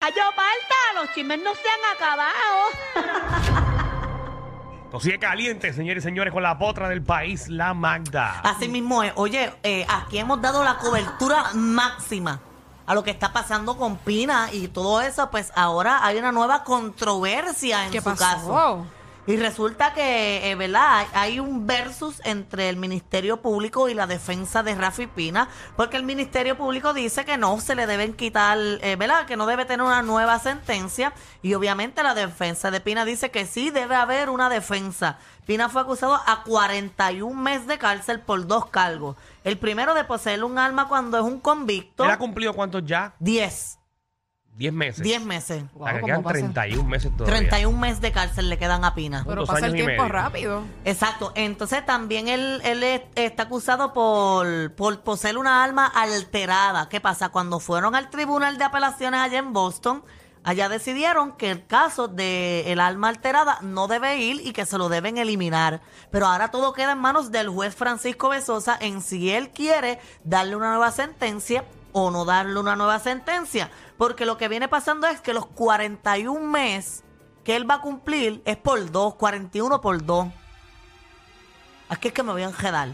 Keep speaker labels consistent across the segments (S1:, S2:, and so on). S1: Ayo, falta, los chismes no se han acabado.
S2: Tosigue caliente, señores y señores, con la potra del país, la Magda.
S3: Ah, Mm.
S4: Así mismo es. Oye, eh, aquí hemos dado la cobertura máxima a lo que está pasando con Pina y todo eso. Pues ahora hay una nueva controversia en
S3: ¿Qué
S4: su
S3: pasó?
S4: caso. Y resulta que, eh, ¿verdad? Hay un versus entre el Ministerio Público y la defensa de Rafi Pina, porque el Ministerio Público dice que no se le deben quitar, eh, ¿verdad? Que no debe tener una nueva sentencia. Y obviamente la defensa de Pina dice que sí debe haber una defensa. Pina fue acusado a 41 meses de cárcel por dos cargos. El primero de poseer un arma cuando es un convicto.
S2: ¿Él ha cumplido cuántos ya?
S4: 10.
S2: 10 meses.
S4: 10 meses.
S2: O sea, que
S3: Wow,
S2: quedan
S3: ¿cómo pasa?
S2: 31 meses todavía.
S4: 31 meses de cárcel le quedan a Pina.
S3: Pero
S2: Dos
S3: pasa el
S2: años y
S3: tiempo
S2: medio.
S3: rápido.
S4: Exacto. Entonces también él, él es- está acusado por, por poseer una arma alterada. ¿Qué pasa? Cuando fueron al Tribunal de Apelaciones allá en Boston, allá decidieron que el caso del el arma alterada no debe ir y que se lo deben eliminar. Pero ahora todo queda en manos del juez Francisco Besosa en si él quiere darle una nueva sentencia o no darle una nueva sentencia. Porque lo que viene pasando es que los 41 meses que él va a cumplir es por 2, 41 por 2. Aquí es que me voy a enredar.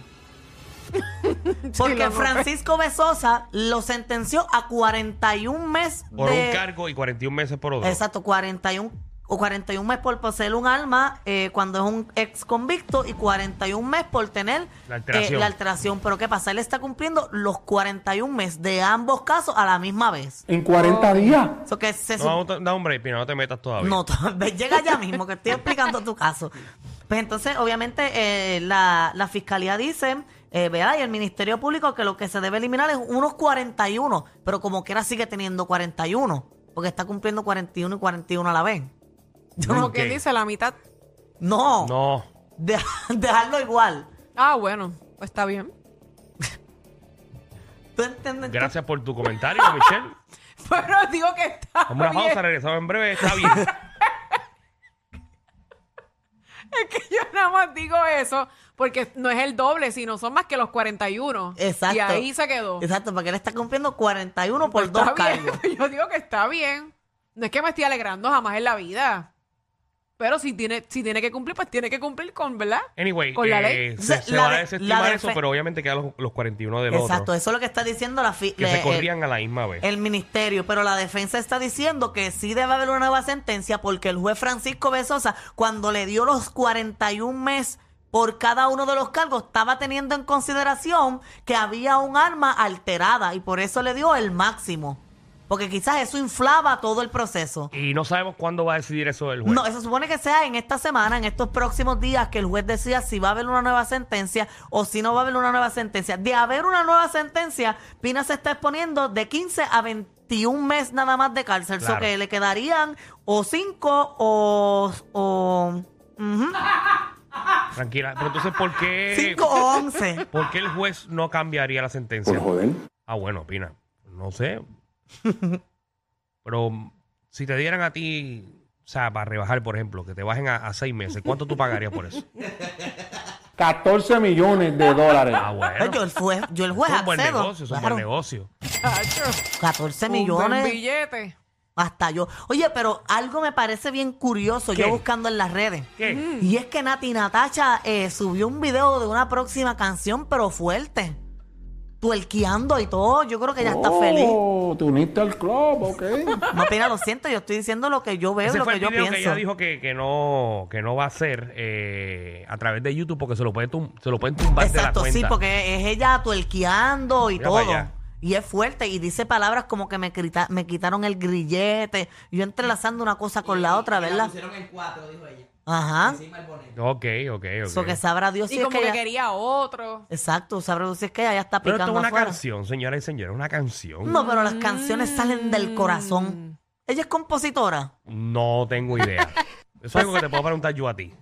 S4: Porque
S3: lo noté.
S4: Francisco Besosa lo sentenció a 41 meses
S2: Por
S4: de...
S2: un cargo y 41 meses por otro.
S4: Exacto, 41 o 41 meses por poseer un arma eh, cuando es un ex convicto y 41 meses por tener
S2: La alteración.
S4: eh, la alteración. Pero ¿qué pasa? Él está cumpliendo los 41 meses de ambos casos a la misma vez.
S5: En 40 días.
S4: Eso que se
S2: No,
S4: sup-
S2: no, te- no, hombre, Pina, no te metas todavía.
S4: no, to- ve, llega ya mismo, que estoy explicando tu caso. Pues entonces, obviamente, eh, la, la fiscalía dice, eh, vea, y el Ministerio Público que lo que se debe eliminar es unos 41, pero como quiera sigue teniendo 41, porque está cumpliendo 41 y 41 a la vez.
S2: Yo
S3: Como quien dice, la mitad.
S4: No,
S2: No.
S4: de- dejarlo igual.
S3: Ah, bueno, pues está bien.
S4: ¿Tú entiendes?
S2: Gracias por tu comentario, Michelle.
S3: Pero digo que está
S2: Vamos a una pausa,
S3: bien.
S2: regresamos en breve. Está bien.
S3: Es que yo nada más digo eso porque no es el doble, sino son más que los 41.
S4: Exacto.
S3: Y ahí se quedó.
S4: Exacto, porque él está cumpliendo 41 por
S3: Pues
S4: dos
S3: está bien,
S4: cargos.
S3: Yo digo que está bien. No es que me estoy alegrando jamás en la vida. Pero si tiene, si tiene que cumplir, pues tiene que cumplir con, ¿verdad?
S2: Anyway,
S3: Con la
S2: eh,
S3: ley.
S2: se,
S4: La
S2: se va a
S4: de- la
S2: desestimar
S4: de
S2: eso,
S4: fe-
S2: pero obviamente quedan los, los 41 del
S4: Exacto,
S2: otro.
S4: eso es lo que está diciendo la fi-
S2: Que
S4: le-
S2: se
S4: el-
S3: Eh,
S2: corrían a la misma vez.
S4: el ministerio, pero la defensa está diciendo que sí debe haber una nueva sentencia porque el juez Francisco Besosa, cuando le dio los 41 meses por cada uno de los cargos, estaba teniendo en consideración que había un arma alterada y por eso le dio el máximo. Porque quizás eso inflaba todo el proceso.
S3: eh.
S2: Y no sabemos cuándo va a decidir eso el juez.
S4: No, eso supone que sea en esta semana, en estos próximos días, que el juez decida si va a haber una nueva sentencia o si no va a haber una nueva sentencia. De haber una nueva sentencia, Pina se está exponiendo de 15 a 21 meses nada más de cárcel. O
S2: Claro.
S4: que le quedarían o 5 o... o ujú,
S2: Tranquila. Pero entonces, ¿por qué,
S4: cinco o 11.
S2: ¿por qué el juez no cambiaría la sentencia?
S5: Por joder.
S2: Ah, bueno, Pina. No sé. Pero si te dieran a ti, o sea, para rebajar, por ejemplo, que te bajen a, a seis meses, ¿cuánto tú pagarías por eso?
S5: 14 millones de dólares.
S2: Ah, bueno.
S4: Pues Yo el juez, yo el juez
S2: es un buen
S4: accedo.
S2: negocio, es un
S4: Claro,
S2: buen negocio.
S3: Chacho,
S4: Este 14
S3: Un buen
S4: millones.
S3: billete.
S4: Hasta yo. Oye, pero algo me parece bien curioso,
S2: ¿Qué?
S4: yo buscando en las redes.
S2: ¿Qué?
S6: Mm.
S4: Y es que Nati Natacha eh, subió un video de una próxima canción, pero fuerte. Tuerqueando y todo. Yo creo que ella está feliz.
S5: Oh, te uniste al club, ok.
S4: No, Pina, lo siento, yo estoy diciendo lo que yo veo,
S2: Ese
S4: lo
S2: fue
S4: que
S2: el
S4: yo
S2: video que
S4: pienso.
S2: ella dijo que, que no, que no va a hacer eh, a través de YouTube porque se lo, puede tum- se lo pueden tumbar
S4: Exacto,
S2: de la cuenta.
S4: sí, porque es ella tuerqueando y
S2: Mira para
S4: todo.
S2: allá.
S4: Y es fuerte y dice palabras como que me, grita- me quitaron el grillete. Yo entrelazando una cosa con la otra, ¿verdad?
S6: pusieron en cuatro, dijo ella.
S4: Ajá.
S6: Encima el bonete.
S2: Ok, ok, ok.
S4: Eso que sabrá Dios si
S3: y
S4: es
S3: como
S4: que
S3: que
S4: ella-
S3: quería otro.
S4: Exacto, sabrá Dios si es que ella ya está
S2: Pero esto es
S4: picando
S2: una
S4: afuera.
S2: canción, señoras y señores, una canción.
S4: No, pero las canciones salen
S3: Mm.
S4: del corazón. Ella es compositora.
S2: No tengo idea. Eso es algo que te puedo preguntar yo a ti.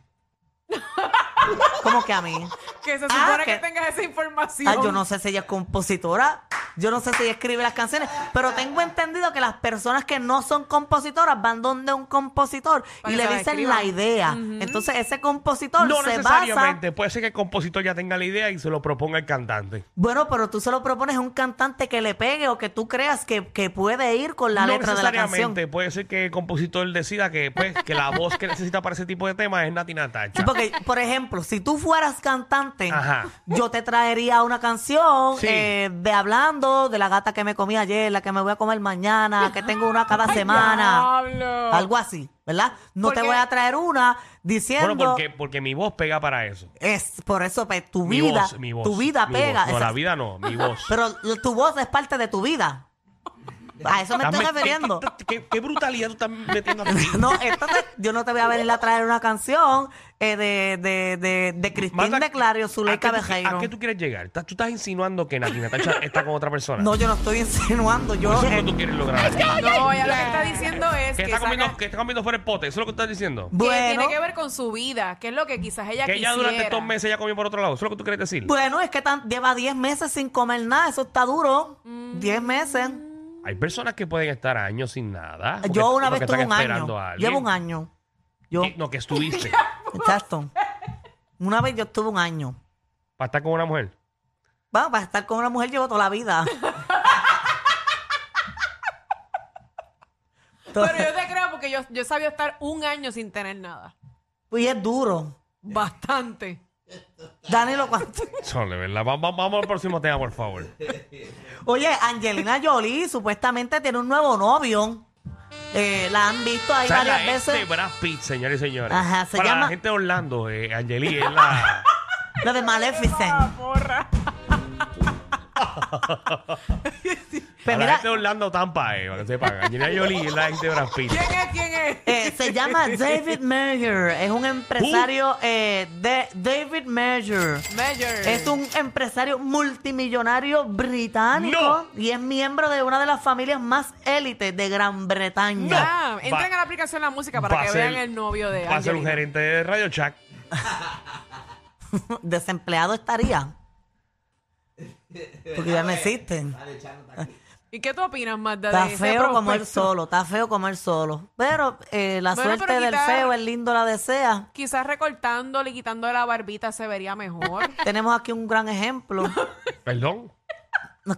S4: ¿Cómo que a mí?
S3: Que se
S4: Ah,
S3: supone que
S4: que-
S3: tengas esa información.
S4: Ah, yo no sé si ella es compositora. Yo no sé si ella escribe las canciones, pero tengo entendido que las personas que no son compositoras van donde un compositor
S3: Para
S4: y le
S3: que se las
S4: dicen
S3: escriban.
S4: la idea. Entonces ese compositor
S2: No
S4: se basa...
S2: necesariamente. Puede ser que el compositor ya tenga la idea y se lo proponga el cantante.
S4: Bueno, pero tú se lo propones a un cantante que le pegue o que tú creas que, que puede ir con la
S2: no
S4: letra de la canción.
S2: necesariamente. Puede ser que el compositor decida que, pues, que la voz que necesita para ese tipo de temas es Nati Natacha.
S4: Sí, porque, por ejemplo, si tú fueras cantante,
S2: Ajá.
S4: yo te traería una canción
S2: Sí.
S4: eh, de hablando de la gata que me comí ayer, la que me voy a comer mañana, que tengo una cada semana,
S3: Diablo.
S4: algo así, ¿verdad? No te
S3: Porque-
S4: voy a traer una diciendo...
S2: Bueno, porque, porque mi voz pega para eso.
S4: Es por eso pues, tu
S2: Mi
S4: vida,
S2: voz, mi voz.
S4: tu vida
S2: mi
S4: pega.
S2: voz. No, la
S4: Exacto.
S2: vida no, mi voz.
S4: Pero l- tu voz es parte de tu vida. A eso me estoy
S2: Estás met-
S4: refiriendo.
S2: ¿Qué, qué- qué brutalidad tú estás metiendo aquí?
S4: No, entonces yo no te voy a venir a traer una canción eh, de, de, de, de Cristín
S2: Marta,
S4: de Clario, Zuleika
S2: ¿a qué tú-
S4: Bejeiro.
S2: ¿A qué tú quieres llegar? ¿Estás- ¿Tú estás insinuando que Nati Natacha está con otra persona?
S4: No, yo no estoy insinuando. Yo,
S2: Eso es lo que
S4: eh,
S2: tú quieres lograr.
S3: No, ella lo que está diciendo
S2: Que
S3: es que,
S2: está, comiendo,
S3: saca-
S2: que está comiendo fuera el pote, eso es lo que estás diciendo.
S3: que tiene
S4: bueno,
S3: que ver con su vida, que es lo que quizás ella
S2: Que
S3: quisiera.
S2: ella durante estos meses ya comió por otro lado, eso es lo que tú quieres decir.
S4: bueno, es que tan- lleva 10 meses sin comer nada. Eso está duro.
S2: Mm.
S4: 10 meses.
S2: Hay personas que pueden estar años sin nada. porque-
S4: Yo una
S2: porque
S4: vez
S2: están
S4: tuve un
S2: esperando a
S4: año.
S2: alguien.
S4: Llevo un año. Yo,
S2: ¿Qué? No, que estuviste
S4: exacto. Una vez yo estuve un año.
S2: para estar con una mujer.
S4: Bueno, para estar con una mujer llevo toda la vida.
S3: Pero yo te creo porque yo, yo sabía estar un año sin tener nada.
S4: Pues, Y es duro.
S3: Bastante.
S4: Dani lo cuánto.
S2: Son de verdad. Va- va- Vamos al próximo tema, por favor.
S4: Oye, Angelina Jolie supuestamente tiene un nuevo novio. Eh, la han visto ahí
S2: Sale
S4: varias
S2: la ex de
S4: veces.
S2: Brad Pitt, señores y señores.
S4: Ajá, se
S2: Para la
S4: llama-
S2: gente de Orlando, eh, Angeli es la.
S4: La de Maleficent.
S3: Porra.
S4: Pero
S2: para la
S4: Pues mira,
S2: gente de Orlando Tampa, eh, para que sepan. Angelina Jolie es la ex de Brad Pitt.
S3: ¿Quién es? ¿Quién es?
S4: eh, se llama David Meyer. Es un empresario eh, de David Meyer.
S3: Major.
S4: Es un empresario multimillonario británico
S2: No.
S4: y es miembro de una de las familias más élites de Gran Bretaña.
S3: Ah, entren
S2: Va-
S3: a la aplicación de la música
S2: va
S3: para
S2: a
S3: que
S2: ser-
S3: vean el novio de
S2: Va a ser un
S3: Angelina.
S2: gerente de Radio Shack.
S4: Desempleado estaría. Porque ya no existen.
S3: ¿Y qué tú opinas, Magda,
S4: Está
S3: de ese
S4: feo como él
S3: prospecto?
S4: solo, está feo como él solo. Pero eh, la
S3: Bueno,
S4: suerte
S3: pero
S4: del
S3: quitar-
S4: feo, el lindo la desea.
S3: Quizás recortándole y quitándole la barbita se vería mejor.
S4: Tenemos aquí un gran ejemplo.
S2: Perdón.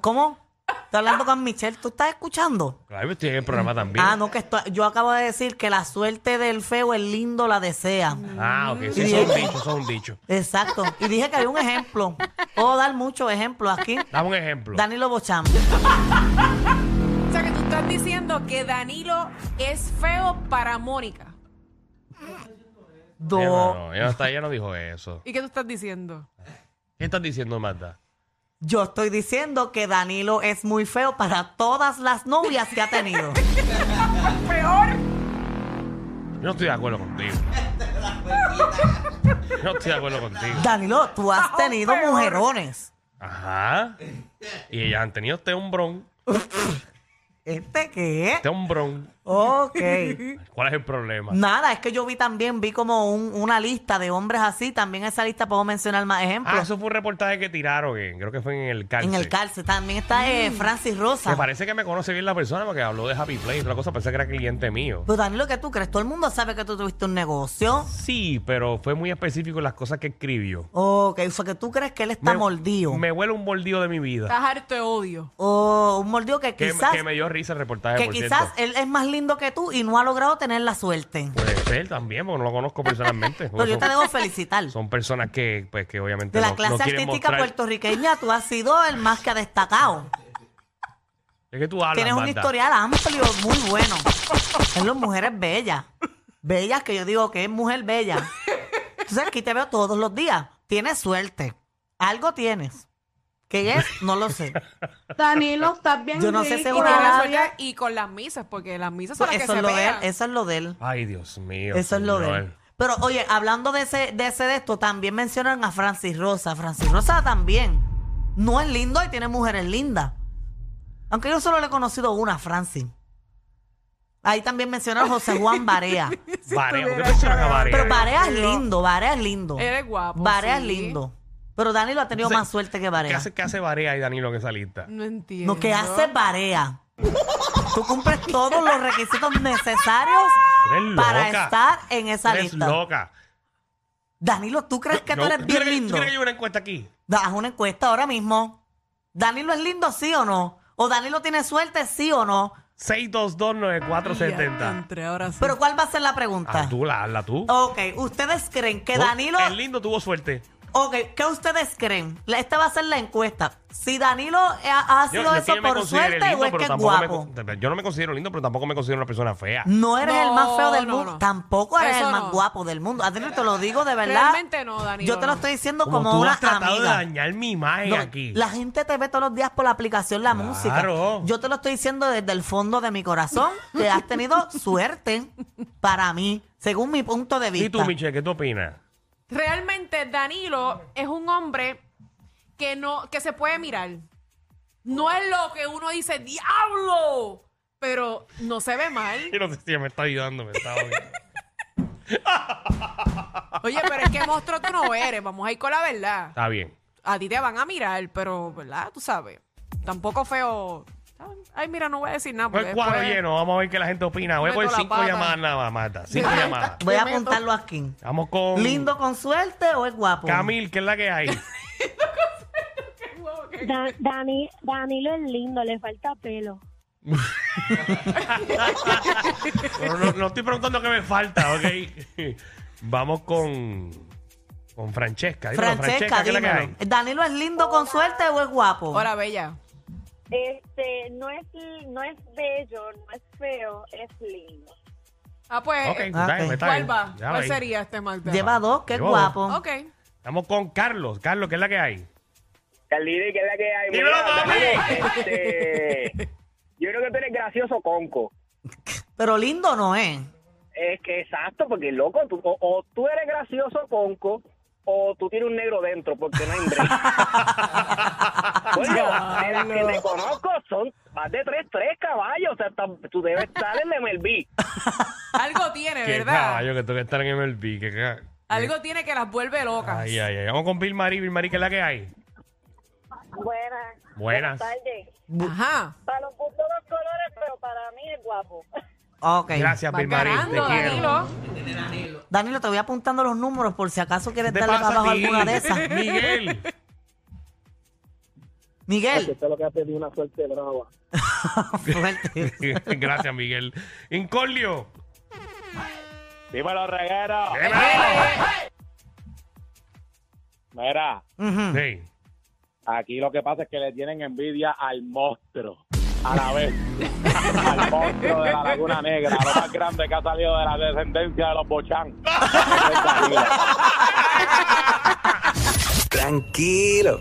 S4: ¿Cómo? Estoy hablando con Michelle, ¿tú estás escuchando?
S2: Claro, estoy en el programa también.
S4: Ah, no, que esto, yo acabo de decir que la suerte del feo, el lindo la desea.
S3: Mm.
S2: Ah, ok. Sí, eso es un dicho, eso es un dicho.
S4: Exacto. Y dije que había un ejemplo. Puedo dar muchos ejemplos aquí.
S2: Dame un ejemplo.
S4: Danilo Bocham.
S3: o sea, que tú estás diciendo que Danilo es feo para Mónica.
S4: Do-
S2: Ella no, no, ella no está- ella no dijo eso.
S3: ¿Y qué tú estás diciendo?
S2: ¿Qué estás diciendo, Marta?
S4: Yo estoy diciendo que Danilo es muy feo para todas las novias que ha tenido.
S2: Yo no estoy de acuerdo contigo. Yo no estoy de acuerdo contigo.
S4: Danilo, tú has tenido
S3: peor.
S4: mujerones.
S2: Ajá. Y ellas han tenido este hombrón.
S4: ¿Este qué?
S2: Este hombrón.
S4: Ok.
S2: ¿Cuál es el problema?
S4: Nada, es que yo vi también, vi como un- una lista de hombres así. También esa lista puedo mencionar más
S2: Ah,
S4: ejemplos.
S2: eso fue un reportaje que tiraron, en- creo que fue en el cárcel. Mm.
S4: en el cárcel también está eh, Francis Rosa.
S2: Me parece que me conoce bien la persona porque habló de Happy Place y otra cosa, pensé que era cliente mío.
S4: Pero Danilo, ¿qué tú crees? Todo el mundo sabe que tú tuviste un negocio.
S2: Sí, pero fue muy específico en las cosas que escribió.
S4: Ok, o sea que tú crees que él está mordido.
S2: Me huele un mordido de mi vida.
S3: Estás harto de odio.
S4: O un mordido que
S2: Que,
S4: quizás,
S2: que me dio risa el reportaje,
S4: que
S2: por cierto.
S4: quizás él es más lindo que tú y no ha logrado tener la suerte.
S2: Puede ser también, porque no lo conozco personalmente.
S4: Pero yo te
S2: Son-
S4: debo felicitar.
S2: Son personas que, pues, que obviamente
S4: De la
S2: no,
S4: clase
S2: no quieren
S4: artística
S2: mostrar...
S4: puertorriqueña, tú has sido el más que ha destacado.
S2: Es que tú hablas,
S4: Tienes un
S2: Magda.
S4: historial amplio, muy bueno. Son las mujeres bellas. Bellas que yo digo que es mujer bella. Entonces aquí te veo todos los días. Tienes suerte. Algo tienes. ¿Qué es? No lo sé.
S1: Danilo, estás bien
S4: Yo no sé si
S1: rico.
S3: Y
S4: Una
S3: tiene la
S4: labia.
S3: suerte y con las misas, porque las misas son
S4: Pues
S3: las que
S4: eso
S3: se
S4: es lo de él.
S3: pegan.
S4: Eso es lo de él.
S2: Ay, Dios mío. eh.
S4: Eso es lo de él.
S2: señor.
S4: Pero oye, hablando de ese, de ese de esto, también mencionan a Francis Rosa. Francis Rosa también. No es lindo y tiene mujeres lindas. Aunque yo solo le he conocido una, Francis. Ahí también mencionan a José Juan Barea.
S2: Barea, ¿por qué
S3: tuviera
S2: mencionan a
S3: cara-
S2: Barea?
S4: Pero Barea es
S3: Dios mío.
S4: lindo, Barea es lindo.
S3: Él es guapo,
S4: Barea es
S3: sí.
S4: lindo. Pero Danilo ha tenido
S2: Entonces,
S4: más suerte que
S2: ¿Qué
S4: Barea.
S2: hace, ¿Qué hace Barea y Danilo en esa lista?
S4: Mm,
S3: No entiendo.
S4: Lo que hace Barea. Tú cumples todos los requisitos necesarios
S2: Tú eres
S4: para
S2: loca.
S4: estar en
S2: Tú
S4: esa
S2: eres
S4: lista.
S2: loca.
S4: Danilo, ¿tú crees que
S2: No,
S4: tú eres
S2: crees
S4: bien
S2: que-
S4: lindo?
S2: ¿Tú crees que yo una encuesta aquí?
S4: Da- Haz una encuesta ahora mismo. ¿Danilo es lindo, sí o no? ¿O Danilo tiene suerte, sí o no?
S2: 6229470.
S3: Entre ahora sí.
S4: Pero ¿cuál va a ser la
S2: Ah,
S4: pregunta?
S2: tú, la, hazla tú.
S4: Ok, ¿ustedes creen que
S2: No,
S4: Danilo...
S2: El lindo tuvo suerte.
S4: Ok, ¿qué ustedes creen? La- Esta va a ser la encuesta. Si Danilo ha, ha sido eso
S2: que me
S4: por
S2: considere
S4: suerte o es que es
S2: tampoco me
S4: guapo.
S2: con- yo no me considero lindo, pero tampoco me considero una persona fea.
S4: No eres el más feo del
S3: No, no,
S4: mundo.
S3: no.
S4: Tampoco eres
S3: Eso
S4: el más
S3: no.
S4: guapo del mundo. Adriano, te lo digo de verdad.
S3: Realmente no, Danilo.
S4: Yo te lo
S3: no.
S4: estoy diciendo como,
S2: Como, tú
S4: una
S2: has tratado
S4: amiga.
S2: de dañar mi imagen
S4: No,
S2: aquí.
S4: La gente te ve todos los días por la aplicación La
S2: Claro.
S4: Música. Yo te lo estoy diciendo desde el fondo de mi corazón. que has tenido suerte para mí, según mi punto de vista.
S2: ¿Y tú, Michelle, qué tú opinas?
S3: Realmente Danilo es un hombre que no que se puede mirar. No es lo que uno dice, diablo, pero no se ve mal.
S2: Yo no sé si me está ayudando, me está oyendo.
S3: Oye, pero es que monstruo tú no eres, vamos a ir con la verdad.
S2: Está bien.
S3: A ti te van a mirar, pero, ¿verdad? Tú sabes. Tampoco feo. Ay, mira, no voy a decir nada.
S2: Fue
S3: porque
S2: el Pues, cuadro
S3: después-
S2: lleno, vamos a ver qué la gente opina. Voy a
S3: Pues, Meto
S2: poner cinco
S3: la pata.
S2: llamadas nada más, Marta. Cinco llamadas.
S4: Voy a apuntarlo aquí.
S2: Vamos con.
S4: ¿Lindo con suerte o es guapo?
S2: Camil, ¿qué es la que hay?
S6: Dan- Dani, Danilo es lindo, le falta pelo.
S2: no, no- no estoy preguntando qué me falta, ¿ok? Vamos con. Con Francesca. Dímelo,
S4: Francesca,
S2: ¿qué es la que hay?
S4: dímelo. ¿Danilo es lindo con suerte o es guapo?
S3: Hola, bella.
S6: Este, no es, no es bello, no es feo, es lindo.
S3: Ah, pues,
S2: Ok,
S3: eh,
S2: está bien,
S4: ok.
S2: está bien.
S3: ¿cuál va?
S2: Ya
S3: ¿Cuál
S2: va.
S3: sería este Magda?
S4: Lleva dos, que es
S2: Yo.
S4: guapo.
S3: Ok.
S2: Vamos con Carlos. Carlos, ¿qué es la que hay?
S7: Carlini, ¿qué es la que hay?
S2: Dímelo,
S7: Mira,
S2: mami.
S7: Danilo, este, yo creo que tú eres gracioso, Conco.
S4: Pero lindo no es.
S7: Es que exacto, porque loco, tú, o, o tú eres gracioso, Conco, o tú tienes un negro dentro, porque no hay break. Coño, de las que te conozco son más de tres, tres caballos. O sea, tam- tú debes estar en el MLB.
S3: Algo tiene,
S2: Qué
S3: ¿verdad?
S2: caballo que tengo que estar en MLB. Que, ca-
S3: Algo tiene que las vuelve locas.
S2: Ay, ay, ay. Vamos con Bill Marie. Bill Marie, ¿qué es la que hay?
S6: Buenas.
S2: Buenas.
S6: tardes.
S3: Ajá.
S6: Para los gustos los colores, pero para mí es guapo.
S4: Ok.
S2: Gracias,
S3: Vas
S2: Bill Marie. Te
S3: ganando,
S2: quiero.
S3: Danilo.
S4: Danilo, te voy apuntando los números por si acaso
S2: ¿Qué
S4: quieres
S2: te
S4: darle para
S2: pasa
S4: abajo
S2: a
S4: a
S2: ti?
S4: alguna de esas.
S2: Miguel.
S4: Miguel,
S7: es lo que ha pedido una suerte brava.
S4: suerte.
S2: Gracias, Miguel. Incolio.
S7: Dímelo, reguero.
S4: Eh,
S7: Mira,
S4: Ujú.
S2: Sí.
S7: aquí lo que pasa es que le tienen envidia al monstruo. A la vez. al monstruo de la Laguna Negra, lo más grande que ha salido de la descendencia de los Bochán.
S8: Tranquilo,